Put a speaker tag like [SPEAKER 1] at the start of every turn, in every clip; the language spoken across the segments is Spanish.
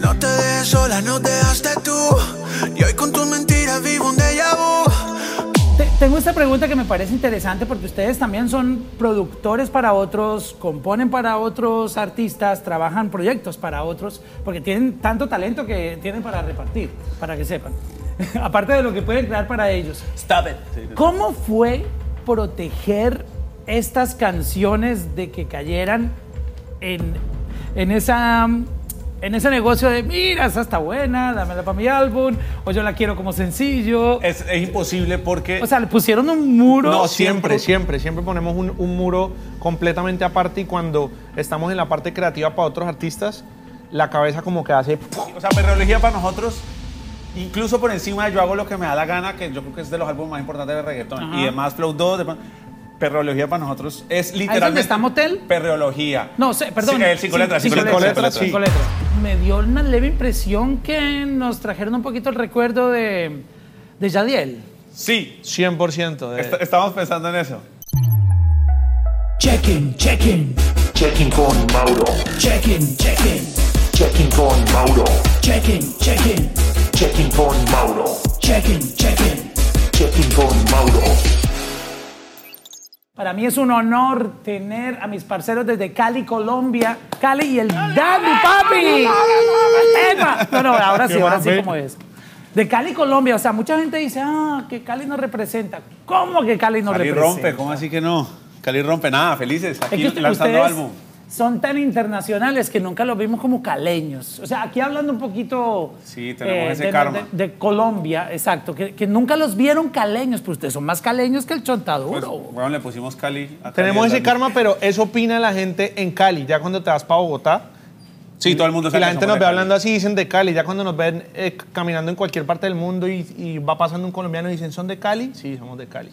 [SPEAKER 1] No te dejes sola, no te dejaste tú. Y hoy con tus mentiras vivo un déjà vu.
[SPEAKER 2] Te- Tengo esta pregunta que me parece interesante porque ustedes también son productores para otros, componen para otros artistas, trabajan proyectos para otros, porque tienen tanto talento que tienen para repartir, para que sepan. Aparte de lo que pueden crear para ellos.
[SPEAKER 3] Stop it.
[SPEAKER 2] ¿Cómo fue proteger estas canciones de que cayeran en, en esa... mm, En ese negocio de, mira, esa está buena, dámela para mi álbum, o yo la quiero como sencillo.
[SPEAKER 3] Es, es imposible porque
[SPEAKER 2] O sea, le pusieron un muro.
[SPEAKER 4] No, siempre, siempre, siempre ponemos un, un muro completamente aparte y cuando estamos en la parte creativa para otros artistas, la cabeza como que hace...
[SPEAKER 3] O sea, perreología para nosotros, incluso por encima de yo hago lo que me da la gana, que yo creo que es de los álbumes más importantes de reggaetón.
[SPEAKER 2] Ajá.
[SPEAKER 3] Y demás, Flow 2, demás. Perreología para nosotros es literalmente.
[SPEAKER 2] está Motel?
[SPEAKER 3] Perreología.
[SPEAKER 2] No, sé, perdón.
[SPEAKER 3] Sí, el cinco letras, cinco letras,
[SPEAKER 4] letras,
[SPEAKER 3] cinco
[SPEAKER 2] cinco letras. Me dio una leve impresión que nos trajeron un poquito el recuerdo de, de Yadiel.
[SPEAKER 3] Sí,
[SPEAKER 4] 100% de...
[SPEAKER 3] est- estamos pensando en eso.
[SPEAKER 5] Check-in, check-in,
[SPEAKER 6] Checking con Mauro.
[SPEAKER 5] check-in, check-in,
[SPEAKER 6] Checking con Mauro.
[SPEAKER 5] check-in, check-in,
[SPEAKER 6] Checking con Mauro.
[SPEAKER 5] check-in, check-in.
[SPEAKER 6] Checking con Mauro.
[SPEAKER 2] Para mí es un honor tener a mis parceros desde Cali, Colombia. Cali y el Daddy Papi. Epa. No, no, ahora sí,
[SPEAKER 4] Qué
[SPEAKER 2] ahora sí
[SPEAKER 4] maravilla.
[SPEAKER 2] como es. De Cali, Colombia. O sea, mucha gente dice, ah, que Cali no representa. ¿Cómo que Cali no
[SPEAKER 3] Cali
[SPEAKER 2] representa?
[SPEAKER 3] rompe, ¿cómo así que no? Cali rompe, nada, felices.
[SPEAKER 2] Es
[SPEAKER 3] Aquí
[SPEAKER 2] que usted-
[SPEAKER 3] lanzando
[SPEAKER 2] ustedes
[SPEAKER 3] álbum.
[SPEAKER 2] son tan internacionales que nunca los vimos como caleños. O sea, aquí hablando un poquito eh,
[SPEAKER 3] Sí, tenemos ese
[SPEAKER 2] de,
[SPEAKER 3] karma.
[SPEAKER 2] de- de Colombia, exacto, que, que nunca los vieron caleños, pero ustedes son más caleños que el
[SPEAKER 3] Pues,
[SPEAKER 2] chontaduro.
[SPEAKER 3] bueno, le pusimos Cali. a Cali
[SPEAKER 4] Tenemos
[SPEAKER 3] al
[SPEAKER 4] ese
[SPEAKER 3] álbum.
[SPEAKER 4] karma, pero eso opina la gente en Cali. Ya cuando te vas para Bogotá,
[SPEAKER 3] Sí, todo el mundo
[SPEAKER 4] y
[SPEAKER 3] sabe
[SPEAKER 4] la
[SPEAKER 3] que
[SPEAKER 4] gente
[SPEAKER 3] somos
[SPEAKER 4] nos
[SPEAKER 3] de
[SPEAKER 4] ve
[SPEAKER 3] Cali.
[SPEAKER 4] hablando así, dicen de Cali. Ya cuando nos ven eh, caminando en cualquier parte del mundo y, y va pasando un colombiano y dicen, ¿son de Cali? Sí, somos de Cali.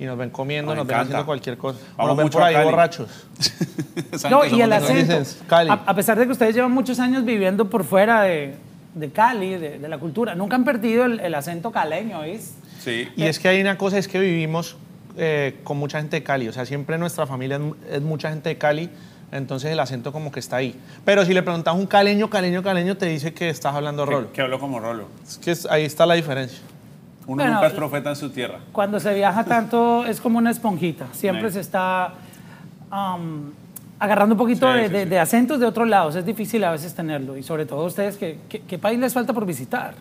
[SPEAKER 4] Y nos ven comiendo,
[SPEAKER 3] Ah, me
[SPEAKER 4] nos ven
[SPEAKER 3] encanta.
[SPEAKER 4] haciendo cualquier cosa. O
[SPEAKER 3] Vamos
[SPEAKER 4] nos ven
[SPEAKER 3] mucho
[SPEAKER 4] por
[SPEAKER 3] a
[SPEAKER 4] ahí
[SPEAKER 3] Cali.
[SPEAKER 4] borrachos.
[SPEAKER 3] Saben
[SPEAKER 2] No,
[SPEAKER 3] que
[SPEAKER 2] y
[SPEAKER 3] somos
[SPEAKER 2] el
[SPEAKER 3] de
[SPEAKER 2] acento.
[SPEAKER 4] Dices, Cali.
[SPEAKER 2] A, a pesar de que ustedes llevan muchos años viviendo por fuera de, de Cali, de, de la cultura, nunca han perdido el, el acento caleño, ¿oís?
[SPEAKER 3] Sí.
[SPEAKER 4] Y es que hay una cosa, es que vivimos eh, con mucha gente de Cali, o sea, siempre nuestra familia es, mu- es mucha gente de Cali, entonces el acento como que está ahí. Pero si le preguntas a un caleño, caleño, caleño, te dice que estás hablando rolo.
[SPEAKER 3] Que, que hablo como Rolo.
[SPEAKER 4] Es que es- ahí está la diferencia.
[SPEAKER 3] Uno
[SPEAKER 2] Bueno, eh,
[SPEAKER 3] nunca es profeta en su tierra.
[SPEAKER 2] Cuando se viaja tanto es como una esponjita. Siempre
[SPEAKER 3] Sí.
[SPEAKER 2] se está am, agarrando un poquito
[SPEAKER 3] Sí,
[SPEAKER 2] de,
[SPEAKER 3] sí,
[SPEAKER 2] de-
[SPEAKER 3] sí.
[SPEAKER 2] de acentos de otros lados. Es difícil a veces tenerlo. Y sobre todo ustedes, ¿qué, qué- qué país les falta por visitar?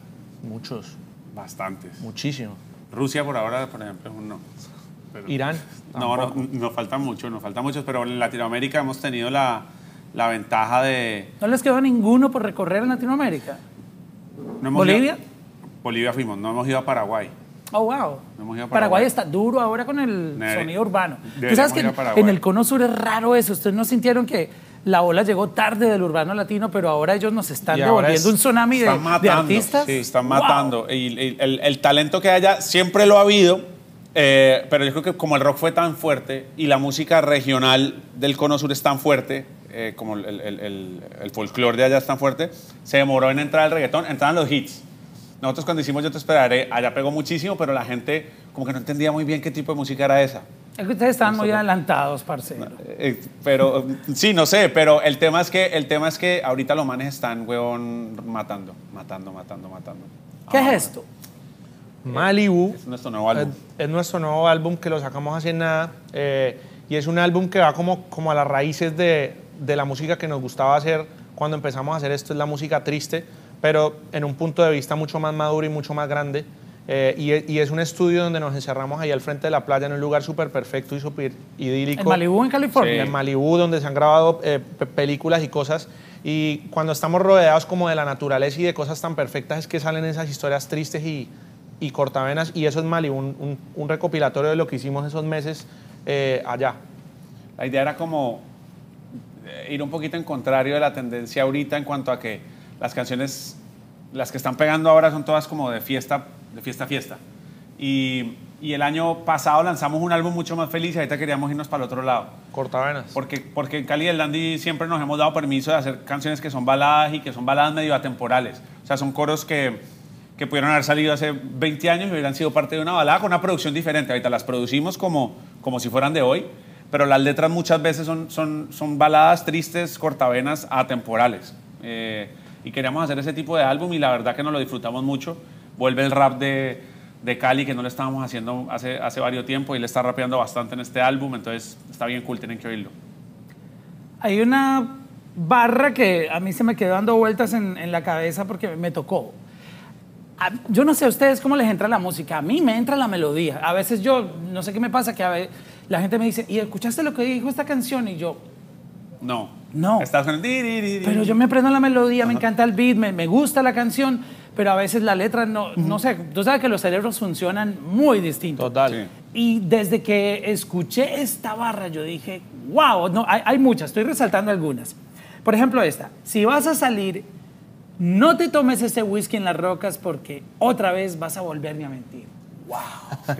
[SPEAKER 4] Muchos,
[SPEAKER 3] Bastantes.
[SPEAKER 4] muchísimo.
[SPEAKER 3] Rusia por ahora, por ejemplo, es un no. Pero-
[SPEAKER 4] Irán,
[SPEAKER 3] No, no, nos falta mucho, nos falta muchos, pero en Latinoamérica hemos tenido la, la ventaja de...
[SPEAKER 2] ¿No les quedó ninguno por recorrer en Latinoamérica?
[SPEAKER 3] no hemos
[SPEAKER 2] ¿Bolivia?
[SPEAKER 3] ido- Bolivia fuimos, no hemos ido a Paraguay.
[SPEAKER 2] Oh, wow.
[SPEAKER 3] No hemos ido a Paraguay.
[SPEAKER 2] Paraguay está duro ahora con el
[SPEAKER 3] Debe-
[SPEAKER 2] sonido urbano. Tú sabes
[SPEAKER 3] deberíamos
[SPEAKER 2] que
[SPEAKER 3] ir a
[SPEAKER 2] en-
[SPEAKER 3] Paraguay.
[SPEAKER 2] en el cono sur es raro eso. Ustedes no sintieron que la ola llegó tarde del urbano latino, pero ahora ellos nos están
[SPEAKER 4] Y ahora
[SPEAKER 2] devolviendo
[SPEAKER 4] es-
[SPEAKER 2] un tsunami de,
[SPEAKER 3] Están
[SPEAKER 2] de
[SPEAKER 3] matando,
[SPEAKER 2] artistas.
[SPEAKER 3] Sí, están
[SPEAKER 2] Wow.
[SPEAKER 3] matando. Y el, el- el talento que haya siempre lo ha habido, eh, pero yo creo que como el rock fue tan fuerte y la música regional del cono sur es tan fuerte, eh, como el, el, el- el folclore de allá es tan fuerte, se demoró en entrar el reggaetón, entraban los hits. Nosotros cuando hicimos Yo te esperaré, allá pegó muchísimo, pero la gente como que no entendía muy bien qué tipo de música era esa.
[SPEAKER 2] Es que ustedes están muy adelantados, parcero.
[SPEAKER 3] Eh, pero sí, no sé, pero el tema es que el tema es que ahorita los manes están huevón matando, matando, matando, matando.
[SPEAKER 2] ¿Qué
[SPEAKER 3] Ah,
[SPEAKER 2] es esto? Eh.
[SPEAKER 4] Malibu.
[SPEAKER 3] Es nuestro nuevo álbum.
[SPEAKER 4] Es, es nuestro nuevo álbum que lo sacamos hace nada. eh, y es un álbum que va como, como a las raíces de, de la música que nos gustaba hacer cuando empezamos a hacer esto. Es la música triste, pero en un punto de vista mucho más maduro y mucho más grande. Eh, y, e- y es un estudio donde nos encerramos ahí al frente de la playa, en un lugar súper perfecto y súper idílico.
[SPEAKER 2] En Malibú, en California.
[SPEAKER 4] En Malibú, donde se han grabado eh, pe- películas y cosas. Y cuando estamos rodeados como de la naturaleza y de cosas tan perfectas es que salen esas historias tristes y, y cortavenas. Y eso es Malibú, un, un- un recopilatorio de lo que hicimos esos meses eh, allá.
[SPEAKER 3] La idea era como eh, ir un poquito en contrario de la tendencia ahorita en cuanto a que las canciones, las que están pegando ahora son todas como de fiesta, de fiesta a fiesta. Y, y el año pasado lanzamos un álbum mucho más feliz y ahorita queríamos irnos para el otro lado.
[SPEAKER 4] Cortavenas.
[SPEAKER 3] Porque, porque en Cali y el Dandy siempre nos hemos dado permiso de hacer canciones que son baladas y que son baladas medio atemporales. O sea, son coros que, que pudieron haber salido hace 20 años y hubieran sido parte de una balada con una producción diferente. Ahorita las producimos como, como si fueran de hoy, pero las letras muchas veces son, son, son baladas tristes, cortavenas, atemporales. Eh, y queríamos hacer ese tipo de álbum y la verdad que nos lo disfrutamos mucho. Vuelve el rap de, de Cali que no lo estábamos haciendo hace, hace varios tiempo y le está rapeando bastante en este álbum, entonces está bien cool, tienen que oírlo.
[SPEAKER 2] Hay una barra que a mí se me quedó dando vueltas en, en la cabeza porque me tocó. A- yo no sé a ustedes cómo les entra la música, a mí me entra la melodía. A veces yo, no sé qué me pasa, que a veces la gente me dice, ¿y escuchaste lo que dijo esta canción? Y yo,
[SPEAKER 3] No.
[SPEAKER 2] No.
[SPEAKER 3] Estás con el di, di, di, di.
[SPEAKER 2] pero yo me prendo la melodía, me encanta el beat, me, me gusta la canción, pero a veces la letra no, no sé, tú sabes que los cerebros funcionan muy distintos.
[SPEAKER 4] Total.
[SPEAKER 3] Sí.
[SPEAKER 2] Y desde que escuché esta barra, yo dije, wow, no, hay, hay muchas, estoy resaltando algunas. Por ejemplo, esta, si vas a salir, no te tomes ese whisky en las rocas porque otra vez vas a volverme a mentir.
[SPEAKER 3] Sí,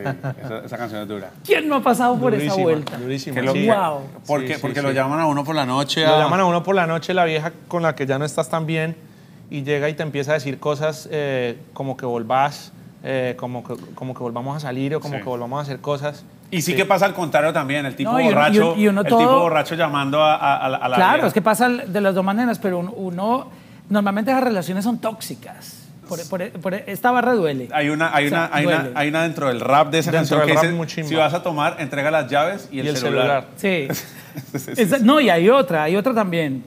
[SPEAKER 3] esa, esa canción es dura.
[SPEAKER 2] ¿Quién no ha pasado por esa
[SPEAKER 4] Durísima,
[SPEAKER 2] vuelta?
[SPEAKER 4] durísima,
[SPEAKER 3] Que lo-
[SPEAKER 4] sí.
[SPEAKER 2] Wow.
[SPEAKER 3] Porque,
[SPEAKER 4] Sí, sí,
[SPEAKER 3] porque
[SPEAKER 4] sí.
[SPEAKER 3] lo llaman a uno por la noche.
[SPEAKER 4] Lo
[SPEAKER 3] a-
[SPEAKER 4] llaman a uno por la noche, la vieja con la que ya no estás tan bien, y llega y te empieza a decir cosas eh, como que volvás, eh, como, que, como que volvamos a salir o como
[SPEAKER 3] Sí.
[SPEAKER 4] que volvamos a hacer cosas.
[SPEAKER 3] Y sí, que pasa al contrario también, el tipo
[SPEAKER 2] No, y uno-
[SPEAKER 3] borracho,
[SPEAKER 2] y uno- y uno
[SPEAKER 3] el
[SPEAKER 2] todo-
[SPEAKER 3] tipo borracho llamando a, a- a la- a la
[SPEAKER 2] Claro,
[SPEAKER 3] vieja.
[SPEAKER 2] es que pasa de las dos maneras, pero un- uno, normalmente las relaciones son tóxicas. Por, por- por- esta barra duele.
[SPEAKER 3] hay una, hay
[SPEAKER 2] O sea,
[SPEAKER 3] una, hay una,
[SPEAKER 2] duele.
[SPEAKER 3] hay una dentro del rap de esa
[SPEAKER 4] Dentro del
[SPEAKER 3] canción
[SPEAKER 4] rap
[SPEAKER 3] que
[SPEAKER 4] muy
[SPEAKER 3] dice,
[SPEAKER 4] chimba.
[SPEAKER 3] si vas a tomar, entrega las llaves y el, celular.
[SPEAKER 2] Sí. Esa- no, y hay otra, hay otra también.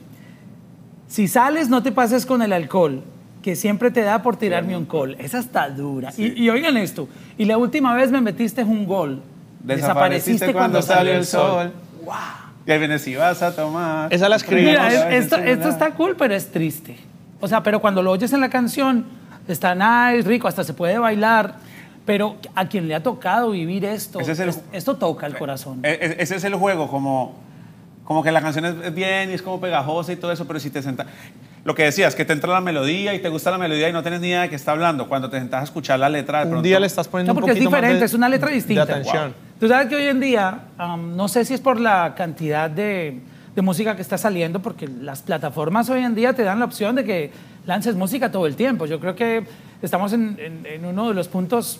[SPEAKER 2] Si sales, no te pases con el alcohol, que siempre te da por tirarme un col. Esa está dura. Y, y oigan esto, y la última vez me metiste un gol. Desapareciste cuando salió el sol.
[SPEAKER 3] Y ahí viene, si vas a tomar.
[SPEAKER 4] Esa la escribí.
[SPEAKER 2] Mira,
[SPEAKER 3] entrega las
[SPEAKER 2] es-
[SPEAKER 3] llaves del
[SPEAKER 2] esto, esto
[SPEAKER 3] celular.
[SPEAKER 2] está cool, pero es triste. O sea, pero cuando lo oyes en la canción, está nice, rico, hasta se puede bailar. Pero a quien le ha tocado vivir esto,
[SPEAKER 3] Ese es el-
[SPEAKER 2] es- esto toca el corazón.
[SPEAKER 3] E- e- Ese es el juego, como, como que la canción es- es bien y es como pegajosa y todo eso, pero si te sentas... Lo que decías, que te entra la melodía y te gusta la melodía y no tienes ni idea de qué está hablando. Cuando te sentas a escuchar la letra, de
[SPEAKER 4] Un
[SPEAKER 3] pronto-
[SPEAKER 4] día le estás poniendo
[SPEAKER 2] No, porque
[SPEAKER 4] un
[SPEAKER 2] es
[SPEAKER 4] poquito más
[SPEAKER 2] diferente,
[SPEAKER 4] de-
[SPEAKER 2] es una letra
[SPEAKER 4] de
[SPEAKER 2] distinta.
[SPEAKER 4] atención.
[SPEAKER 2] Tú sabes que hoy en día, am, no sé si es por la cantidad de, de música que está saliendo, porque las plataformas hoy en día te dan la opción de que lances música todo el tiempo. Yo creo que estamos en, en- en uno de los puntos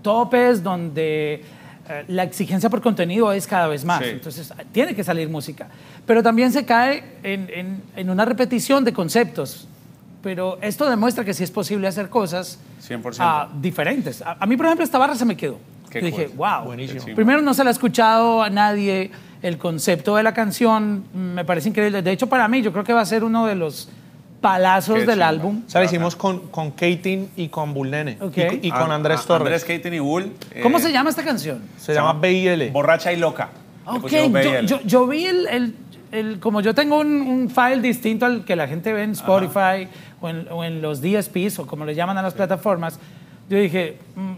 [SPEAKER 2] topes donde eh, la exigencia por contenido es cada vez más.
[SPEAKER 3] Sí.
[SPEAKER 2] Entonces, tiene que salir música. Pero también se cae en, en- en una repetición de conceptos. Pero esto demuestra que sí es posible hacer cosas
[SPEAKER 3] 100%.
[SPEAKER 2] ah, diferentes. A, a mí, por ejemplo, esta barra se me quedó.
[SPEAKER 3] Qué
[SPEAKER 2] Yo dije,
[SPEAKER 3] cool.
[SPEAKER 2] wow.
[SPEAKER 4] Buenísimo.
[SPEAKER 3] Qué
[SPEAKER 2] Primero, no se la ha escuchado a nadie. El concepto de la canción mm, me parece increíble. De hecho, para mí, yo creo que va a ser uno de los palazos
[SPEAKER 3] Qué
[SPEAKER 2] del
[SPEAKER 3] chimba.
[SPEAKER 2] álbum.
[SPEAKER 4] O sea, la hicimos con, con Katin y con Bulnene.
[SPEAKER 2] Ok.
[SPEAKER 4] Y, y con
[SPEAKER 3] A-
[SPEAKER 4] Andrés
[SPEAKER 3] a-
[SPEAKER 4] Torres.
[SPEAKER 3] Ah, Andrés, Keaton y Bull. eh,
[SPEAKER 2] ¿Cómo se llama esta canción?
[SPEAKER 4] Se llama BIL.
[SPEAKER 3] Borracha y loca. Le
[SPEAKER 2] Ok,
[SPEAKER 3] pusimos
[SPEAKER 2] yo,
[SPEAKER 3] BL.
[SPEAKER 2] yo- yo vi el, el- el- Como yo tengo un, un file distinto al que la gente ve en Spotify o en, o en los DSPs o como le llaman a las plataformas, yo dije, mm,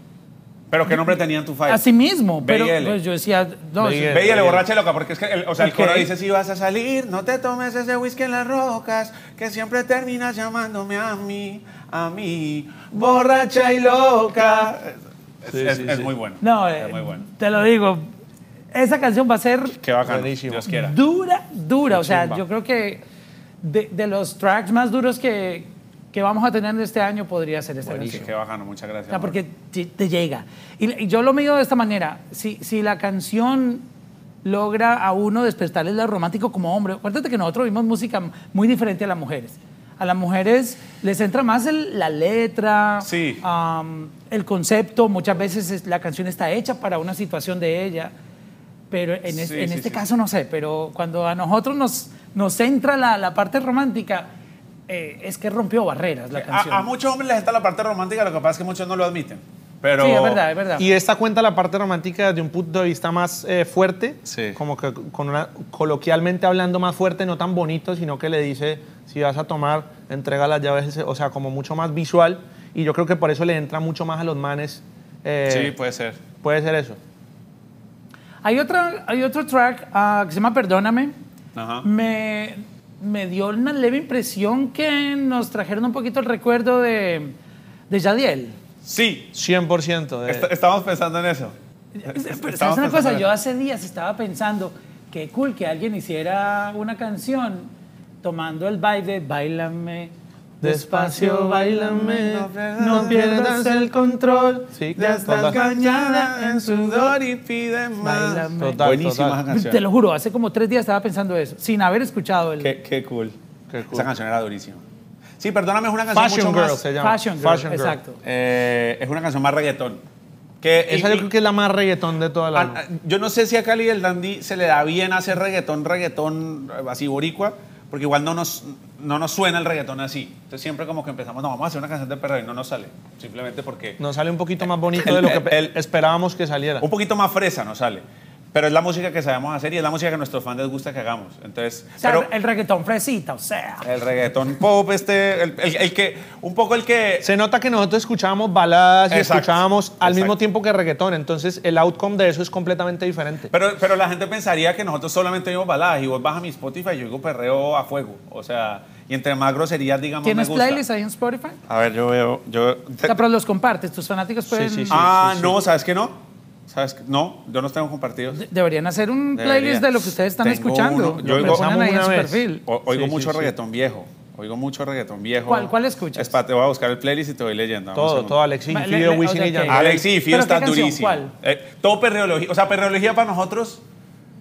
[SPEAKER 3] Pero qué nombre tenían tu file.
[SPEAKER 2] así mismo. Pero
[SPEAKER 3] BL.
[SPEAKER 2] pues, yo decía, no,
[SPEAKER 4] BL.
[SPEAKER 3] Ve y el borracha y loca, porque es que, el, o sea,
[SPEAKER 2] Ok.
[SPEAKER 3] el coro dice, si vas a salir, no te tomes ese whisky en las rocas, que siempre terminas llamándome a mí, a mí, borracha y loca. Es,
[SPEAKER 4] Sí,
[SPEAKER 3] es-
[SPEAKER 4] sí,
[SPEAKER 3] es
[SPEAKER 4] sí.
[SPEAKER 3] muy bueno.
[SPEAKER 2] No,
[SPEAKER 3] es
[SPEAKER 2] eh,
[SPEAKER 3] muy bueno.
[SPEAKER 2] te lo digo. Esa canción va a ser
[SPEAKER 3] Qué bacano,
[SPEAKER 4] Buenísimo.
[SPEAKER 3] Dios quiera.
[SPEAKER 2] dura, dura. O sea,
[SPEAKER 4] chimba.
[SPEAKER 2] yo creo que de, de los tracks más duros que, que vamos a tener este año podría ser esta canción.
[SPEAKER 3] Qué bacano, muchas gracias.
[SPEAKER 2] O sea,
[SPEAKER 3] amor.
[SPEAKER 2] porque te te llega. Y, y yo lo mido de esta manera. Si, si la canción logra a uno despertar el lado romántico como hombre, acuérdate que nosotros vimos música muy diferente a las mujeres. A las mujeres les entra más el- la letra,
[SPEAKER 3] Sí.
[SPEAKER 2] am, el concepto. Muchas veces es- la canción está hecha para una situación de ella. Pero en, es-
[SPEAKER 3] Sí,
[SPEAKER 2] en
[SPEAKER 3] sí,
[SPEAKER 2] este
[SPEAKER 3] sí.
[SPEAKER 2] caso no sé, pero cuando a nosotros nos, nos entra la, la parte romántica, eh, es que rompió barreras la canción.
[SPEAKER 3] a, a muchos hombres les está la parte romántica, lo que pasa es que muchos no lo admiten. Pero
[SPEAKER 2] sí, es verdad, es verdad.
[SPEAKER 4] Y esta cuenta la parte romántica desde un punto de vista más eh, fuerte,
[SPEAKER 3] Sí.
[SPEAKER 4] como que con una, coloquialmente hablando más fuerte, no tan bonito, sino que le dice, si vas a tomar, entrega las llaves, o sea, como mucho más visual. Y yo creo que por eso le entra mucho más a los manes. eh,
[SPEAKER 3] Sí, puede ser.
[SPEAKER 4] puede ser eso.
[SPEAKER 2] Hay, otra, hay otro track ah, que se llama Perdóname.
[SPEAKER 3] Ajá.
[SPEAKER 2] Me, me dio una leve impresión que nos trajeron un poquito el recuerdo de, de Yadiel.
[SPEAKER 3] Sí,
[SPEAKER 4] 100%. de-
[SPEAKER 3] est- estamos pensando en eso.
[SPEAKER 2] Eh, Pero
[SPEAKER 3] Estamos
[SPEAKER 2] ¿Sabes una cosa?
[SPEAKER 3] pensando en
[SPEAKER 2] Yo
[SPEAKER 3] eso.
[SPEAKER 2] hace días estaba pensando que cool que alguien hiciera una canción tomando el vibe de Bailame. Despacio, bailame, no pierdas el control.
[SPEAKER 4] Sí,
[SPEAKER 2] ya estás
[SPEAKER 4] total.
[SPEAKER 2] gañada en sudor y
[SPEAKER 3] pide
[SPEAKER 2] Bailame.
[SPEAKER 4] Total,
[SPEAKER 3] Buenísima
[SPEAKER 4] total.
[SPEAKER 3] esa canción.
[SPEAKER 2] Te lo juro, hace como tres días estaba pensando eso, sin haber escuchado el.
[SPEAKER 3] Qué, qué cool.
[SPEAKER 4] Qué cool.
[SPEAKER 3] Esa canción era durísima. Sí, perdóname, es una canción
[SPEAKER 4] Fashion
[SPEAKER 3] mucho
[SPEAKER 4] Girl
[SPEAKER 3] más.
[SPEAKER 4] se llama.
[SPEAKER 2] Fashion Girl,
[SPEAKER 4] Fashion Girl.
[SPEAKER 2] exacto.
[SPEAKER 3] eh, es una canción más reggaetón. Que
[SPEAKER 4] Esa
[SPEAKER 3] y-
[SPEAKER 4] yo creo que es la más reggaetón de toda la.
[SPEAKER 3] Ah, ah, Yo no sé si a Cali el Dandy se le da bien hacer reggaetón, reggaetón eh, así boricua, porque igual no nos, no nos suena el reggaetón así. Entonces siempre como que empezamos, no, vamos a hacer una canción de perreo y no nos sale. Simplemente porque...
[SPEAKER 4] Nos sale un poquito más bonito
[SPEAKER 3] El-
[SPEAKER 4] de lo que
[SPEAKER 3] el-
[SPEAKER 4] pe-
[SPEAKER 3] el-
[SPEAKER 4] esperábamos que saliera.
[SPEAKER 3] Un poquito más fresa nos sale. Pero es la música que sabemos hacer y es la música que a nuestros fans les gusta que hagamos. Entonces,
[SPEAKER 2] O sea,
[SPEAKER 3] pero
[SPEAKER 2] el reggaetón fresita, o sea.
[SPEAKER 3] el reggaetón pop, este, el, el- el que, un poco el que...
[SPEAKER 4] Se nota que nosotros escuchábamos baladas y
[SPEAKER 3] Exacto,
[SPEAKER 4] escuchábamos al
[SPEAKER 3] exacto.
[SPEAKER 4] mismo tiempo que reggaetón, entonces el outcome de eso es completamente diferente.
[SPEAKER 3] Pero, pero la gente pensaría que nosotros solamente oímos baladas y vos vas a mi Spotify y yo digo perreo a fuego. O sea, y entre más groserías, digamos,
[SPEAKER 2] ¿Tienes
[SPEAKER 3] me gusta.
[SPEAKER 2] playlist ahí en Spotify?
[SPEAKER 3] A ver, yo veo. Yo...
[SPEAKER 2] O sea, pero los compartes, tus fanáticos pueden...
[SPEAKER 4] sí, sí.
[SPEAKER 3] ah, no, ¿sabes qué no? ¿Sabes qué? No, yo no tengo compartidos.
[SPEAKER 2] De- Deberían hacer un
[SPEAKER 3] Debería.
[SPEAKER 2] playlist de lo que ustedes están
[SPEAKER 3] Tengo
[SPEAKER 2] escuchando.
[SPEAKER 3] uno. Yo
[SPEAKER 2] Yo
[SPEAKER 3] oigo-
[SPEAKER 2] lo ponen ahí en
[SPEAKER 4] Una
[SPEAKER 2] su
[SPEAKER 4] vez.
[SPEAKER 2] perfil.
[SPEAKER 3] O- oigo
[SPEAKER 4] Sí,
[SPEAKER 3] mucho
[SPEAKER 4] sí,
[SPEAKER 3] reggaetón viejo. Oigo mucho reggaetón viejo.
[SPEAKER 2] ¿Cuál- cuál escuchas?
[SPEAKER 3] Espérate, voy a buscar el playlist y te voy leyendo. dame un
[SPEAKER 4] todo,
[SPEAKER 3] segundo.
[SPEAKER 4] todo, Alexis,
[SPEAKER 2] Ma- le-
[SPEAKER 4] Fido,
[SPEAKER 2] le- o
[SPEAKER 4] Wisin
[SPEAKER 2] sea
[SPEAKER 4] y
[SPEAKER 2] que-
[SPEAKER 4] Yandel.
[SPEAKER 3] Alex y Fío
[SPEAKER 2] Eh, ¿Pero qué
[SPEAKER 3] está
[SPEAKER 2] canción?
[SPEAKER 3] durísimo.
[SPEAKER 2] ¿Cuál?
[SPEAKER 3] Eh, todo perreología. O sea, perreología para nosotros,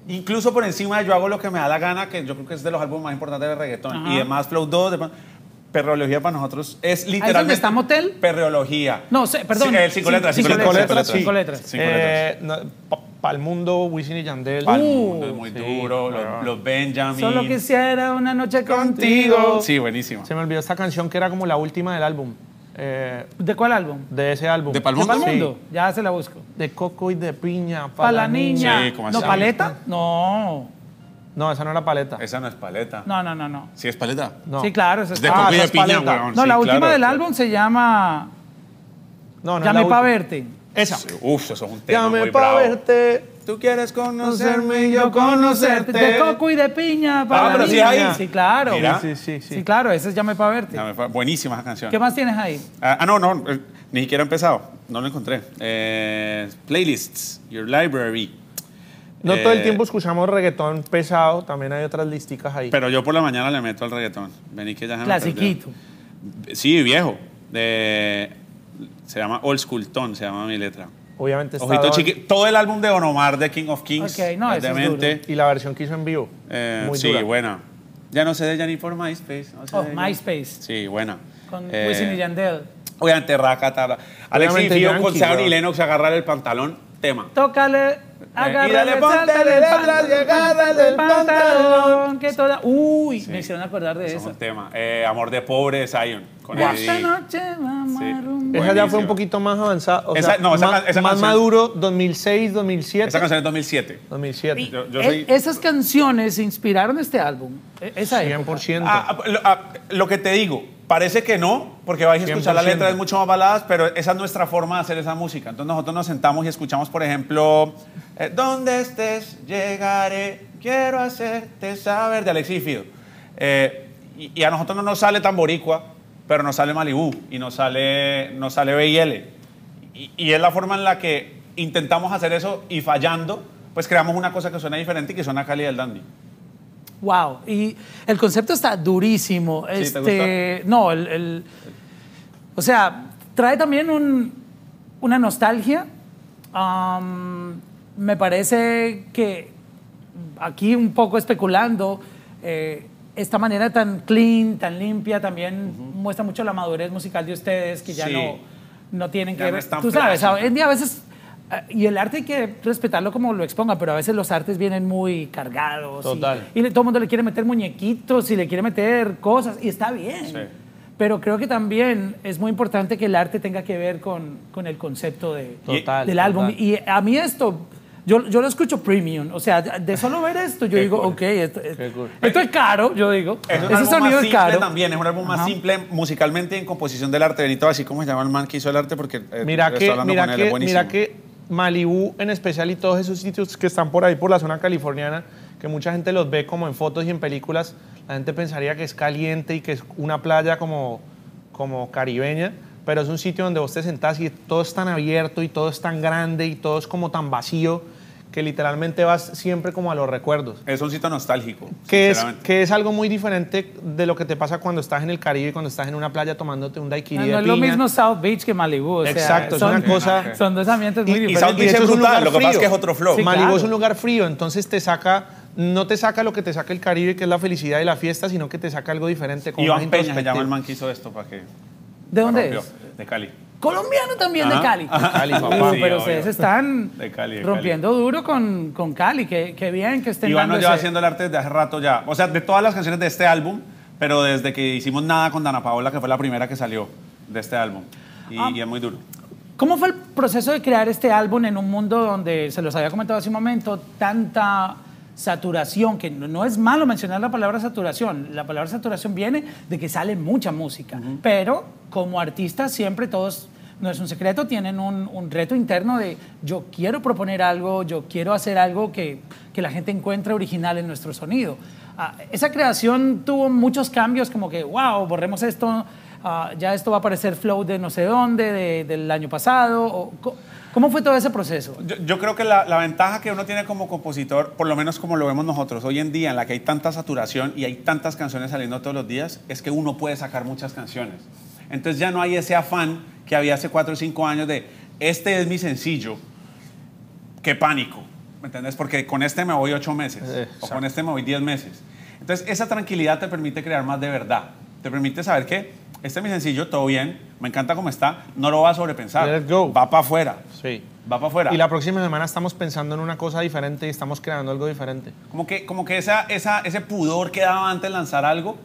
[SPEAKER 3] incluso por encima de yo hago lo que me da la gana, que yo creo que es de los álbumes más importantes de reggaetón.
[SPEAKER 2] Ajá.
[SPEAKER 3] Y demás, Flow 2, demás. Perreología para nosotros es literalmente.
[SPEAKER 2] está Motel?
[SPEAKER 3] Perreología.
[SPEAKER 2] No, sé, perdón.
[SPEAKER 3] Sí, eh, cinco
[SPEAKER 2] Sí,
[SPEAKER 3] letras, cinco,
[SPEAKER 2] cinco
[SPEAKER 3] letras.
[SPEAKER 2] letras,
[SPEAKER 3] cinco
[SPEAKER 2] cinco
[SPEAKER 3] letras.
[SPEAKER 2] letras. Eh,
[SPEAKER 3] Cinco letras.
[SPEAKER 4] Eh, Para el mundo, Wisin y Yandel.
[SPEAKER 3] Pal
[SPEAKER 2] Uh,
[SPEAKER 3] Mundo es muy
[SPEAKER 4] sí,
[SPEAKER 3] duro,
[SPEAKER 4] claro.
[SPEAKER 3] los, los Benjamin.
[SPEAKER 2] Solo quisiera una noche contigo.
[SPEAKER 4] Contigo.
[SPEAKER 3] Sí, buenísimo.
[SPEAKER 4] Se me olvidó esta canción que era como la última del álbum. eh,
[SPEAKER 2] ¿De cuál álbum?
[SPEAKER 4] de ese álbum.
[SPEAKER 3] ¿De Pal
[SPEAKER 2] ¿De Pal
[SPEAKER 3] Mundo?
[SPEAKER 2] Mundo? Ya se la busco.
[SPEAKER 4] Sí, de Coco y de Piña.
[SPEAKER 2] Para la niña.
[SPEAKER 3] Sí, ¿cómo
[SPEAKER 2] ¿No,
[SPEAKER 3] así?
[SPEAKER 2] paleta? No.
[SPEAKER 4] No, esa no era paleta.
[SPEAKER 3] Esa no es paleta.
[SPEAKER 2] No, no, no, no.
[SPEAKER 3] Sí, es paleta.
[SPEAKER 4] No.
[SPEAKER 2] Sí, claro. esa es-
[SPEAKER 3] De
[SPEAKER 2] Ah,
[SPEAKER 3] coco y
[SPEAKER 4] esa
[SPEAKER 3] de
[SPEAKER 4] es
[SPEAKER 3] piña,
[SPEAKER 4] paleta.
[SPEAKER 3] weón.
[SPEAKER 2] no,
[SPEAKER 3] Sí,
[SPEAKER 2] la última
[SPEAKER 3] claro,
[SPEAKER 2] del
[SPEAKER 3] claro.
[SPEAKER 2] álbum se llama
[SPEAKER 4] No, no era la
[SPEAKER 2] Llame
[SPEAKER 4] última.
[SPEAKER 2] pa' verte.
[SPEAKER 4] Esa.
[SPEAKER 3] Sí, Uf, eso es un tema
[SPEAKER 4] Llame
[SPEAKER 3] muy
[SPEAKER 4] pa'
[SPEAKER 3] bravo.
[SPEAKER 4] verte.
[SPEAKER 3] Tú quieres conocerme
[SPEAKER 2] De coco y de piña para
[SPEAKER 3] Ah, pero
[SPEAKER 2] la
[SPEAKER 3] sí
[SPEAKER 2] niña.
[SPEAKER 3] hay.
[SPEAKER 2] Sí, claro.
[SPEAKER 3] Mira.
[SPEAKER 4] Sí, sí, sí.
[SPEAKER 2] Sí, claro, ese es Llame pa' verte.
[SPEAKER 3] Llame pa- Buenísima esa canción.
[SPEAKER 2] ¿Qué más tienes ahí?
[SPEAKER 3] Ah, ah, no, no, eh, ni siquiera he empezado. No lo encontré. Eh, playlists, Your Library.
[SPEAKER 4] No todo
[SPEAKER 3] Eh,
[SPEAKER 4] el tiempo escuchamos reggaetón pesado, también hay otras listicas ahí.
[SPEAKER 3] Pero yo por la mañana le meto al reggaetón. Vení que ya se me
[SPEAKER 2] Clasiquito.
[SPEAKER 3] perdió. Sí, viejo. De- se llama Old School Tone, se llama mi letra.
[SPEAKER 4] Obviamente está
[SPEAKER 3] Ojito
[SPEAKER 4] Don,
[SPEAKER 3] chiqui. Todo el álbum de Don Omar de King of Kings.
[SPEAKER 2] Ok, no, ese es
[SPEAKER 3] obviamente.
[SPEAKER 4] y la versión que hizo en vivo.
[SPEAKER 3] Eh,
[SPEAKER 4] muy
[SPEAKER 3] sí,
[SPEAKER 4] dura.
[SPEAKER 3] buena. Ya no sé de ella ni por MySpace. no sé
[SPEAKER 2] Oh,
[SPEAKER 3] de ella.
[SPEAKER 2] MySpace.
[SPEAKER 3] Sí, buena.
[SPEAKER 2] Con
[SPEAKER 3] Eh,
[SPEAKER 2] Wisin y Yandel.
[SPEAKER 3] Obviamente, Racata. Alex y
[SPEAKER 4] Obviamente
[SPEAKER 3] Fío
[SPEAKER 4] Yankee,
[SPEAKER 3] con Saban y
[SPEAKER 4] bro.
[SPEAKER 3] Lennox agarrar el pantalón, tema.
[SPEAKER 2] Tócale, agárrale,
[SPEAKER 3] eh, y dale, ponte
[SPEAKER 2] sáltale
[SPEAKER 3] de
[SPEAKER 2] el
[SPEAKER 3] atrás,
[SPEAKER 2] pantalón,
[SPEAKER 3] y agárrale el pantalón.
[SPEAKER 2] que toda... Uy, me
[SPEAKER 3] Sí.
[SPEAKER 2] hicieron acordar de
[SPEAKER 3] Eso es
[SPEAKER 2] eso.
[SPEAKER 3] un tema. Eh, Amor de pobre de Zion. Con
[SPEAKER 2] Esta
[SPEAKER 3] Eddie.
[SPEAKER 2] noche vamos
[SPEAKER 3] Sí.
[SPEAKER 2] a rumbear.
[SPEAKER 4] Esa ya fue un
[SPEAKER 3] Buenísima.
[SPEAKER 4] poquito más avanzada. o
[SPEAKER 3] Esa-
[SPEAKER 4] sea,
[SPEAKER 3] no, esa
[SPEAKER 4] más,
[SPEAKER 3] can- esa
[SPEAKER 4] más
[SPEAKER 3] canción-
[SPEAKER 4] maduro, 2006, 2007.
[SPEAKER 3] Esa canción es 2007.
[SPEAKER 4] 2007.
[SPEAKER 2] Y
[SPEAKER 3] Yo- yo
[SPEAKER 2] e-
[SPEAKER 3] soy-
[SPEAKER 2] Esas canciones inspiraron este álbum. E- Esa es.
[SPEAKER 4] 100%.
[SPEAKER 3] Ah, ah, lo, ah, lo que te digo, parece que no, porque vais a escuchar la
[SPEAKER 4] 100%.
[SPEAKER 3] letra, es mucho más baladas, pero esa es nuestra forma de hacer esa música. Entonces nosotros nos sentamos y escuchamos, por ejemplo, eh, Donde estés, llegaré, quiero hacerte saber, de Alexis Fido. Eh, y, y a nosotros no nos sale tan boricua, pero nos sale Malibú y nos sale, nos sale BIL. Y, y es la forma en la que intentamos hacer eso y fallando, pues creamos una cosa que suena diferente y que suena a Cali del Dandy.
[SPEAKER 2] Wow. Y el concepto está durísimo.
[SPEAKER 3] ¿te
[SPEAKER 2] este, No, el, el- O sea, trae también un- una nostalgia. Am, me parece que aquí un poco especulando, eh, esta manera tan clean, tan limpia, también muestra mucho la madurez musical de ustedes, que ya
[SPEAKER 3] Sí.
[SPEAKER 2] no, no tienen
[SPEAKER 3] Ya
[SPEAKER 2] que
[SPEAKER 3] no
[SPEAKER 2] ver.
[SPEAKER 3] es tan
[SPEAKER 2] Tú sabes,
[SPEAKER 3] flácido.
[SPEAKER 2] a- en día a veces. eh, Y el arte hay que respetarlo como lo exponga, pero a veces los artes vienen muy cargados. y-
[SPEAKER 4] Total.
[SPEAKER 2] Y, le- todo el mundo le quiere meter muñequitos y le quiere meter cosas, y está bien.
[SPEAKER 3] Sí.
[SPEAKER 2] Pero creo que también es muy importante que el arte tenga que ver con, con el concepto de,
[SPEAKER 4] Total,
[SPEAKER 2] del
[SPEAKER 4] total.
[SPEAKER 2] álbum. Y a mí esto, yo, yo lo escucho premium. O sea, de solo ver esto, yo digo, ok, esto,
[SPEAKER 4] cool.
[SPEAKER 2] esto es caro, yo digo.
[SPEAKER 3] Es un
[SPEAKER 2] Ese
[SPEAKER 3] álbum
[SPEAKER 2] sonido
[SPEAKER 3] más
[SPEAKER 2] es
[SPEAKER 3] simple
[SPEAKER 2] caro.
[SPEAKER 3] también, es un álbum más
[SPEAKER 2] Ajá.
[SPEAKER 3] simple musicalmente y en composición del arte. Benito, así como se llama el man que hizo el arte, porque eh,
[SPEAKER 4] mira
[SPEAKER 3] estoy
[SPEAKER 4] que,
[SPEAKER 3] hablando con
[SPEAKER 4] mira
[SPEAKER 3] él,
[SPEAKER 4] que,
[SPEAKER 3] es buenísimo.
[SPEAKER 4] mira que Malibú en especial y todos esos sitios que están por ahí, por la zona californiana, que mucha gente los ve como en fotos y en películas, la gente pensaría que es caliente y que es una playa como, como caribeña, pero es un sitio donde vos te sentás y todo es tan abierto y todo es tan grande y todo es como tan vacío que literalmente vas siempre como a los recuerdos
[SPEAKER 3] Es un sitio nostálgico,
[SPEAKER 4] que es,
[SPEAKER 3] sinceramente.
[SPEAKER 4] que es algo muy diferente de lo que te pasa cuando estás en el Caribe, cuando estás en una playa tomándote un daiquiri
[SPEAKER 2] No,
[SPEAKER 4] de
[SPEAKER 2] no es lo
[SPEAKER 4] piña.
[SPEAKER 2] mismo South Beach que Malibu. o sea,
[SPEAKER 4] Exacto, es
[SPEAKER 2] son,
[SPEAKER 4] una cosa-
[SPEAKER 2] Son dos ambientes muy
[SPEAKER 4] Y- y
[SPEAKER 2] diferentes.
[SPEAKER 3] South Beach
[SPEAKER 4] eso
[SPEAKER 3] es
[SPEAKER 4] es un
[SPEAKER 3] brutal,
[SPEAKER 4] lugar
[SPEAKER 3] lo que pasa es
[SPEAKER 4] frío.
[SPEAKER 3] que es otro flow.
[SPEAKER 2] Sí,
[SPEAKER 4] Malibu
[SPEAKER 2] claro.
[SPEAKER 4] es un lugar frío, entonces te saca no te saca lo que te saca el Caribe, que es la felicidad y la fiesta, sino que te saca algo diferente. Como
[SPEAKER 3] Iván
[SPEAKER 4] más
[SPEAKER 3] Peña se llama
[SPEAKER 4] introspectivo.
[SPEAKER 3] el man que hizo esto para que.
[SPEAKER 2] ¿De dónde
[SPEAKER 3] rompió.
[SPEAKER 2] es?
[SPEAKER 3] De Cali.
[SPEAKER 2] Colombiano también
[SPEAKER 3] Ajá.
[SPEAKER 2] de Cali.
[SPEAKER 3] Ajá.
[SPEAKER 4] Cali,
[SPEAKER 2] Uh,
[SPEAKER 4] papá.
[SPEAKER 3] Sí,
[SPEAKER 2] pero
[SPEAKER 3] obvio.
[SPEAKER 2] ustedes están
[SPEAKER 3] De Cali, de Cali.
[SPEAKER 2] rompiendo duro con, con Cali. Qué, qué bien que estén
[SPEAKER 3] Iván
[SPEAKER 2] dando
[SPEAKER 3] nos lleva
[SPEAKER 2] ese-
[SPEAKER 3] haciendo el arte desde hace rato ya. O sea, de todas las canciones de este álbum, pero desde que hicimos Nada con Dana Paola, que fue la primera que salió de este álbum. Y,
[SPEAKER 2] Ah.
[SPEAKER 3] y es muy duro.
[SPEAKER 2] ¿Cómo fue el proceso de crear este álbum en un mundo donde, se los había comentado hace un momento, tanta saturación, que no, no es malo mencionar la palabra saturación, la palabra saturación viene de que sale mucha música, pero como artistas siempre todos, no es un secreto, tienen un, un reto interno de yo quiero proponer algo, yo quiero hacer algo que, que la gente encuentre original en nuestro sonido. Ah, esa creación tuvo muchos cambios, como que, wow, borremos esto, Ah, ya esto va a aparecer flow de no sé dónde, de- del año pasado. o co- ¿Cómo fue todo ese proceso?
[SPEAKER 3] Yo, yo creo que la, la ventaja que uno tiene como compositor, por lo menos como lo vemos nosotros hoy en día, en la que hay tanta saturación y hay tantas canciones saliendo todos los días, es que uno puede sacar muchas canciones. Entonces ya no hay ese afán que había hace cuatro o cinco años de, este es mi sencillo, qué pánico, ¿me entendés? Porque con este me voy ocho meses
[SPEAKER 4] Eh,
[SPEAKER 3] o con este me voy diez meses. Entonces, esa tranquilidad te permite crear más de verdad. Te permite saber que este es mi sencillo, todo bien, me encanta cómo está, no lo va a sobrepensar.
[SPEAKER 4] Let it go.
[SPEAKER 3] Va para afuera.
[SPEAKER 4] Sí.
[SPEAKER 3] Va para afuera.
[SPEAKER 4] Y la próxima semana estamos pensando en una cosa diferente y estamos creando algo diferente.
[SPEAKER 3] Como que, como que esa, esa, ese pudor que daba antes lanzar algo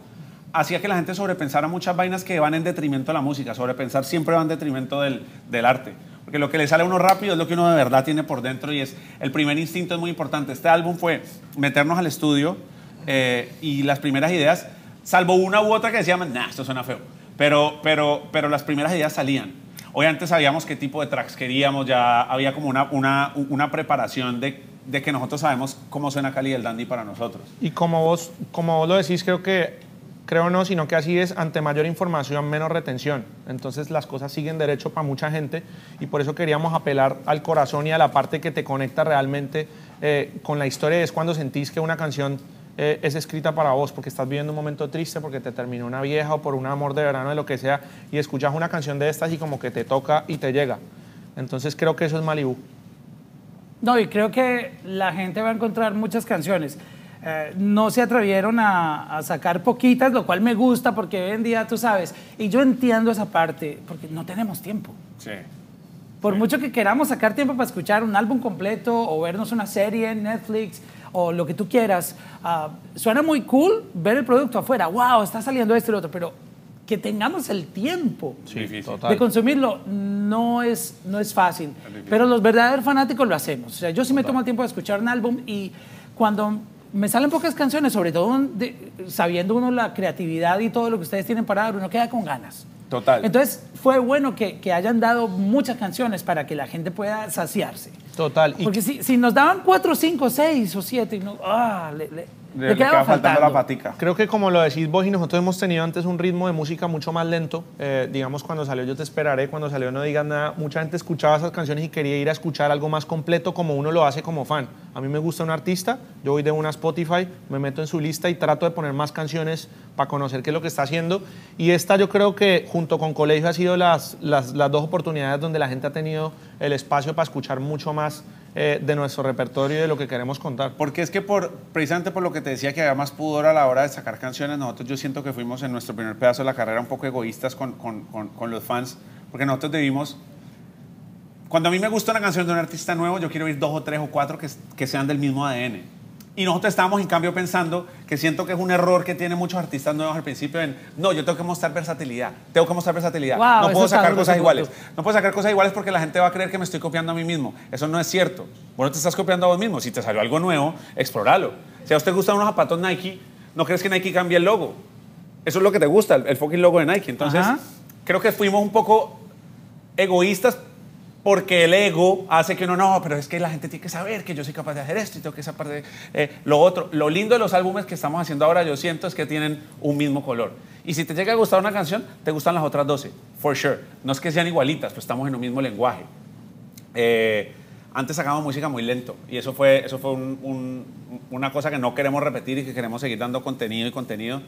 [SPEAKER 3] hacía que la gente sobrepensara muchas vainas que van en detrimento de la música. Sobrepensar siempre va en detrimento del, del arte. Porque lo que le sale a uno rápido es lo que uno de verdad tiene por dentro y es el primer instinto es muy importante. Este álbum fue meternos al estudio eh, y las primeras ideas, salvo una u otra que decíamos, nah, esto suena feo. Pero, pero, pero las primeras ideas salían. Hoy antes sabíamos qué tipo de tracks queríamos, ya había como una, una, una preparación de, de que nosotros sabemos cómo suena Cali del Dandy para nosotros.
[SPEAKER 4] Y como vos, como vos lo decís, creo que, creo no, sino que así es, ante mayor información, menos retención. Entonces las cosas siguen derecho para mucha gente y por eso queríamos apelar al corazón y a la parte que te conecta realmente eh, con la historia. Es cuando sentís que una canción eh, es escrita para vos, porque estás viviendo un momento triste, porque te terminó una vieja o por un amor de verano, de lo que sea, y escuchas una canción de estas y como que te toca y te llega. Entonces creo que eso es Malibu.
[SPEAKER 2] No, y creo que la gente va a encontrar muchas canciones. Eh, no se atrevieron a, a sacar poquitas, lo cual me gusta porque hoy en día tú sabes. Y yo entiendo esa parte, porque no tenemos tiempo.
[SPEAKER 3] Sí.
[SPEAKER 2] Por mucho que queramos sacar tiempo para escuchar un álbum completo o vernos una serie en Netflix o lo que tú quieras, ah, suena muy cool ver el producto afuera. ¡Wow! Está saliendo esto y lo otro, pero que tengamos el tiempo
[SPEAKER 3] Sí, difícil.
[SPEAKER 4] total.
[SPEAKER 2] de consumirlo no es, no es fácil.
[SPEAKER 3] difícil.
[SPEAKER 2] Pero los verdaderos fanáticos lo hacemos. O sea, yo sí me tomo el tiempo de escuchar un álbum y cuando me salen pocas canciones, sobre todo un- de- sabiendo uno la creatividad y todo lo que ustedes tienen para dar, uno queda con ganas.
[SPEAKER 3] Total.
[SPEAKER 2] Entonces, fue bueno que, que hayan dado muchas canciones para que la gente pueda saciarse.
[SPEAKER 4] Total. Y
[SPEAKER 2] Porque si, si nos daban cuatro, cinco, seis o siete, y no, ah, le, le-
[SPEAKER 3] Le,
[SPEAKER 2] le
[SPEAKER 3] le
[SPEAKER 2] quedaba
[SPEAKER 3] queda faltando la
[SPEAKER 2] faltando.
[SPEAKER 3] patica.
[SPEAKER 4] Creo que como lo decís vos y nosotros hemos tenido antes un ritmo de música mucho más lento, eh, digamos cuando salió Yo te esperaré, cuando salió No digas nada, mucha gente escuchaba esas canciones y quería ir a escuchar algo más completo como uno lo hace como fan. A mí me gusta un artista, yo voy de una a Spotify, me meto en su lista y trato de poner más canciones para conocer qué es lo que está haciendo. Y esta yo creo que junto con Colegio ha sido las, las, las dos oportunidades donde la gente ha tenido el espacio para escuchar mucho más eh, de nuestro repertorio y de lo que queremos contar.
[SPEAKER 3] Porque es que por, precisamente por lo que te decía que había más pudor a la hora de sacar canciones, nosotros yo siento que fuimos en nuestro primer pedazo de la carrera un poco egoístas con, con- con- con los fans, porque nosotros debimos... Cuando a mí me gusta una canción de un artista nuevo, yo quiero oír dos o tres o cuatro que, que sean del mismo ADN. Y nosotros estábamos, en cambio, pensando que siento que es un error que tienen muchos artistas nuevos al principio en, no, yo tengo que mostrar versatilidad, tengo que mostrar versatilidad,
[SPEAKER 2] Wow,
[SPEAKER 3] no
[SPEAKER 2] eso
[SPEAKER 3] puedo
[SPEAKER 2] está
[SPEAKER 3] sacar
[SPEAKER 2] duro,
[SPEAKER 3] cosas
[SPEAKER 2] ese
[SPEAKER 3] iguales.
[SPEAKER 2] punto.
[SPEAKER 3] No puedo sacar cosas iguales porque la gente va a creer que me estoy copiando a mí mismo. Eso no es cierto. Vos no te estás copiando a vos mismo. Si te salió algo nuevo, explóralo. Si a usted gustan unos zapatos Nike, ¿no crees que Nike cambie el logo? Eso es lo que te gusta, el, el fucking logo de Nike. Entonces,
[SPEAKER 2] Ajá.
[SPEAKER 3] creo que fuimos un poco egoístas porque el ego hace que uno no, pero es que la gente tiene que saber que yo soy capaz de hacer esto y tengo que esa parte lo otro. Lo lindo de los álbumes que estamos haciendo ahora, yo siento, es que tienen un mismo color. Y si te llega a gustar una canción, te gustan las otras 12, for sure. No es que sean igualitas, pues estamos en un mismo lenguaje. Eh, antes sacábamos música muy lento y eso fue, eso fue un- un- una cosa que no queremos repetir y que queremos seguir dando contenido y contenido,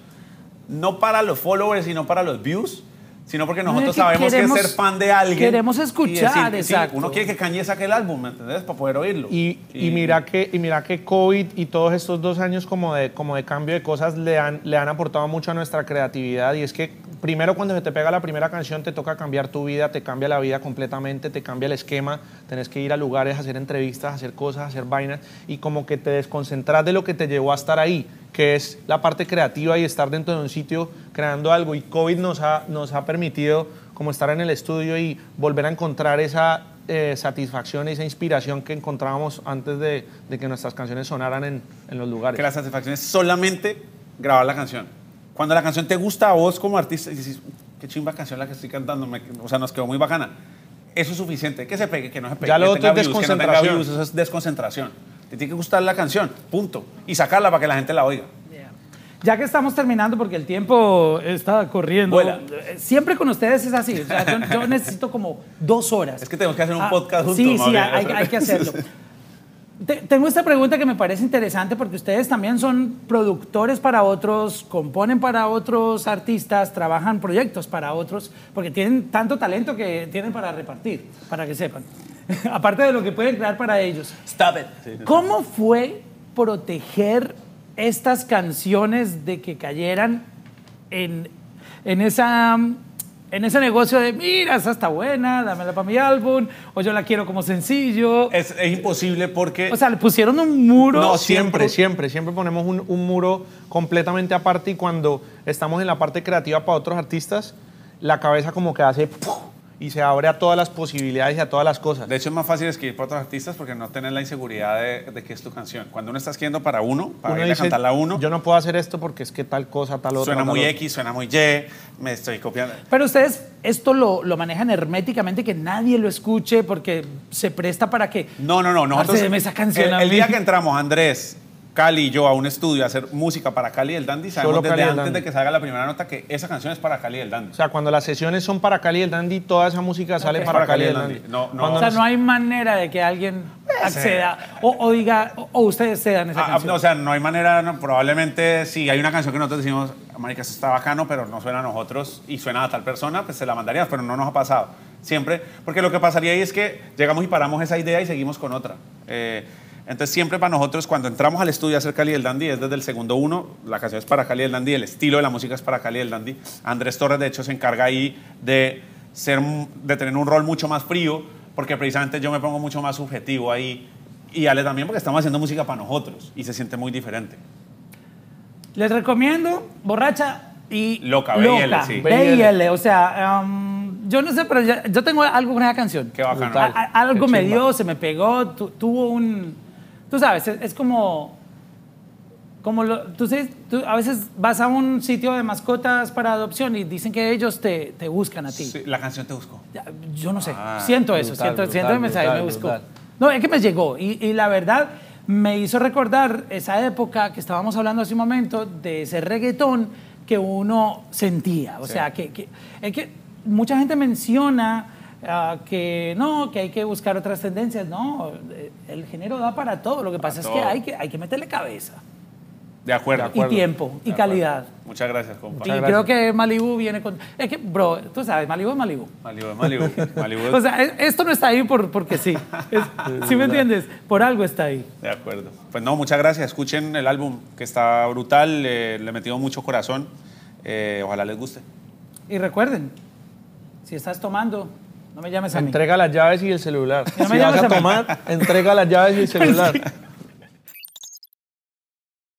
[SPEAKER 3] no para los followers, sino para los views, sino porque
[SPEAKER 2] No, es
[SPEAKER 3] nosotros
[SPEAKER 2] que
[SPEAKER 3] sabemos
[SPEAKER 2] queremos-
[SPEAKER 3] que ser fan de alguien.
[SPEAKER 2] queremos
[SPEAKER 3] y
[SPEAKER 2] escuchar,
[SPEAKER 3] decir, sí,
[SPEAKER 2] exacto.
[SPEAKER 3] uno quiere que Kanye saque el álbum, ¿me entendés? Para poder oírlo.
[SPEAKER 4] Y, y mira que, y mira que COVID y todos estos dos años como de, como de cambio de cosas le han, le han aportado mucho a nuestra creatividad. Y es que primero cuando se te pega la primera canción te toca cambiar tu vida, te cambia la vida completamente, te cambia el esquema, tenés que ir a lugares, hacer entrevistas, hacer cosas, hacer vainas y como que te desconcentras de lo que te llevó a estar ahí, que es la parte creativa y estar dentro de un sitio creando algo. Y COVID nos ha, nos ha permitido como estar en el estudio y volver a encontrar esa eh, satisfacción, esa inspiración que encontrábamos antes de, de que nuestras canciones sonaran en, en los lugares.
[SPEAKER 3] que la satisfacción es solamente grabar la canción. Cuando la canción te gusta a vos como artista y dices, qué chimba canción la que estoy cantando, me- o sea, nos quedó muy bacana. Eso es suficiente, que se pegue, que no se pegue.
[SPEAKER 4] Ya lo
[SPEAKER 3] que
[SPEAKER 4] otro
[SPEAKER 3] views,
[SPEAKER 4] es
[SPEAKER 3] que no tenga
[SPEAKER 4] desconcentración.
[SPEAKER 3] views, eso es desconcentración. Te tiene que gustar la canción, punto. Y sacarla para que la gente la oiga.
[SPEAKER 2] Ya que estamos terminando, porque el tiempo está corriendo.
[SPEAKER 3] Vuela.
[SPEAKER 2] eh, Siempre con ustedes es así. o sea, yo, yo necesito como dos horas.
[SPEAKER 3] Es que tenemos que hacer un
[SPEAKER 2] Ah,
[SPEAKER 3] podcast juntos.
[SPEAKER 2] Sí,
[SPEAKER 3] más
[SPEAKER 2] sí,
[SPEAKER 3] bien.
[SPEAKER 2] hay, hay que hacerlo. Te- tengo esta pregunta que me parece interesante porque ustedes también son productores para otros, componen para otros artistas, trabajan proyectos para otros, porque tienen tanto talento que tienen para repartir, para que sepan. Aparte de lo que pueden crear para ellos.
[SPEAKER 7] Stop it.
[SPEAKER 2] ¿Cómo fue proteger estas canciones de que cayeran en, en esa... En ese negocio de, mira, esa está buena, dámela para mi álbum, o yo la quiero como sencillo.
[SPEAKER 3] Es, es imposible porque...
[SPEAKER 2] O sea, le pusieron un muro.
[SPEAKER 4] No, siempre, siempre, siempre ponemos un, un muro completamente aparte y cuando estamos en la parte creativa para otros artistas, la cabeza como que hace ¡puf! y se abre a todas las posibilidades y a todas las cosas.
[SPEAKER 3] de hecho, es más fácil escribir para otros artistas porque no tenés la inseguridad de, de que es tu canción. Cuando uno está escribiendo para uno, para
[SPEAKER 4] Uno
[SPEAKER 3] irle a
[SPEAKER 4] dice,
[SPEAKER 3] cantarla a uno,
[SPEAKER 4] Yo no puedo hacer esto porque es que tal cosa, tal otra.
[SPEAKER 3] suena
[SPEAKER 4] tal
[SPEAKER 3] muy
[SPEAKER 4] otra".
[SPEAKER 3] X, suena muy Y, me estoy copiando.
[SPEAKER 2] Pero ustedes esto lo, lo manejan herméticamente, que nadie lo escuche, porque se presta para que.
[SPEAKER 3] No, no, no. Nosotros,
[SPEAKER 2] Parce, deme esa canción
[SPEAKER 3] el,
[SPEAKER 2] a
[SPEAKER 3] el
[SPEAKER 2] mí.
[SPEAKER 3] día que entramos, Andrés, Cali y yo a un estudio a hacer música para Cali y el Dandy, sabemos
[SPEAKER 4] Solo
[SPEAKER 3] desde
[SPEAKER 4] Cali y el
[SPEAKER 3] antes de
[SPEAKER 4] Dandy.
[SPEAKER 3] que salga la primera nota que esa canción es para Cali y el Dandy.
[SPEAKER 4] O sea, cuando las sesiones son para Cali y el Dandy, toda esa música sale
[SPEAKER 2] Ok.
[SPEAKER 4] para,
[SPEAKER 3] Para
[SPEAKER 4] Cali y el
[SPEAKER 3] Cali y el Dandy.
[SPEAKER 4] Dandy.
[SPEAKER 3] No, no.
[SPEAKER 4] Cuando
[SPEAKER 2] O sea,
[SPEAKER 4] nos-
[SPEAKER 2] no hay manera de que alguien acceda o, o diga, o, o ustedes cedan esa
[SPEAKER 3] Ah, ah,
[SPEAKER 2] canción.
[SPEAKER 3] no, o sea, no hay manera, no, probablemente si hay una canción que nosotros decimos, marica, eso está bacano, pero no suena a nosotros y suena a tal persona, pues se la mandaríamos, pero no nos ha pasado. Siempre, porque lo que pasaría ahí es que llegamos y paramos esa idea y seguimos con otra. Eh, entonces siempre para nosotros, cuando entramos al estudio a hacer Cali del Dandy, es desde el segundo uno, la canción es para Cali del Dandy, el estilo de la música es para Cali del Dandy. Andrés Torres, de hecho, se encarga ahí de, ser, un- de tener un rol mucho más frío, porque precisamente yo me pongo mucho más subjetivo ahí y Ale también porque estamos haciendo música para nosotros y se siente muy diferente.
[SPEAKER 2] Les recomiendo Borracha y
[SPEAKER 3] Loca, B y L, sí.
[SPEAKER 2] B y L, O sea, em, yo no sé, pero ya- yo tengo algo con esa canción.
[SPEAKER 3] Qué bacano. Ah,
[SPEAKER 2] A- a- algo
[SPEAKER 4] Qué
[SPEAKER 2] me
[SPEAKER 4] chimba.
[SPEAKER 2] dio, se me pegó, tu- tuvo un... Tú sabes, es, es como... Como lo- tú, sabes, tú a veces vas a un sitio de mascotas para adopción y dicen que ellos te, te buscan a ti.
[SPEAKER 3] Sí, la canción te buscó.
[SPEAKER 2] Ya, Yo no sé,
[SPEAKER 3] Ah,
[SPEAKER 2] siento eso,
[SPEAKER 7] brutal,
[SPEAKER 2] siento,
[SPEAKER 7] brutal,
[SPEAKER 2] siento el mensaje,
[SPEAKER 7] brutal,
[SPEAKER 2] me buscó.
[SPEAKER 7] brutal.
[SPEAKER 2] No, es que me llegó y, y la verdad me hizo recordar esa época que estábamos hablando hace un momento de ese reggaetón que uno sentía, o sea, que, que- es que mucha gente menciona ah, que no, que hay que buscar otras tendencias, no, eh, el género da para todo, lo que pasa es que
[SPEAKER 3] todo.
[SPEAKER 2] hay, que hay que meterle cabeza
[SPEAKER 3] De acuerdo.
[SPEAKER 2] y tiempo y
[SPEAKER 3] De acuerdo.
[SPEAKER 2] calidad.
[SPEAKER 3] Muchas gracias, compa.
[SPEAKER 2] Y creo que Malibu viene con... Es que, bro, tú sabes, Malibu es Malibu.
[SPEAKER 3] Malibu, Malibu, Malibu.
[SPEAKER 2] O sea, e- esto no está ahí por, porque sí. Es- ¿Sí me entiendes? Por algo está ahí.
[SPEAKER 3] de acuerdo. Pues no, muchas gracias. Escuchen el álbum que está brutal, eh, le metimos mucho corazón. Eh, ojalá les guste.
[SPEAKER 2] Y recuerden, si estás tomando, no me llames a mí.
[SPEAKER 4] Entrega las llaves y el celular.
[SPEAKER 2] No me Pues
[SPEAKER 4] si vas
[SPEAKER 2] llames a
[SPEAKER 4] a
[SPEAKER 2] mí.
[SPEAKER 4] tomar, entrega las llaves y el celular.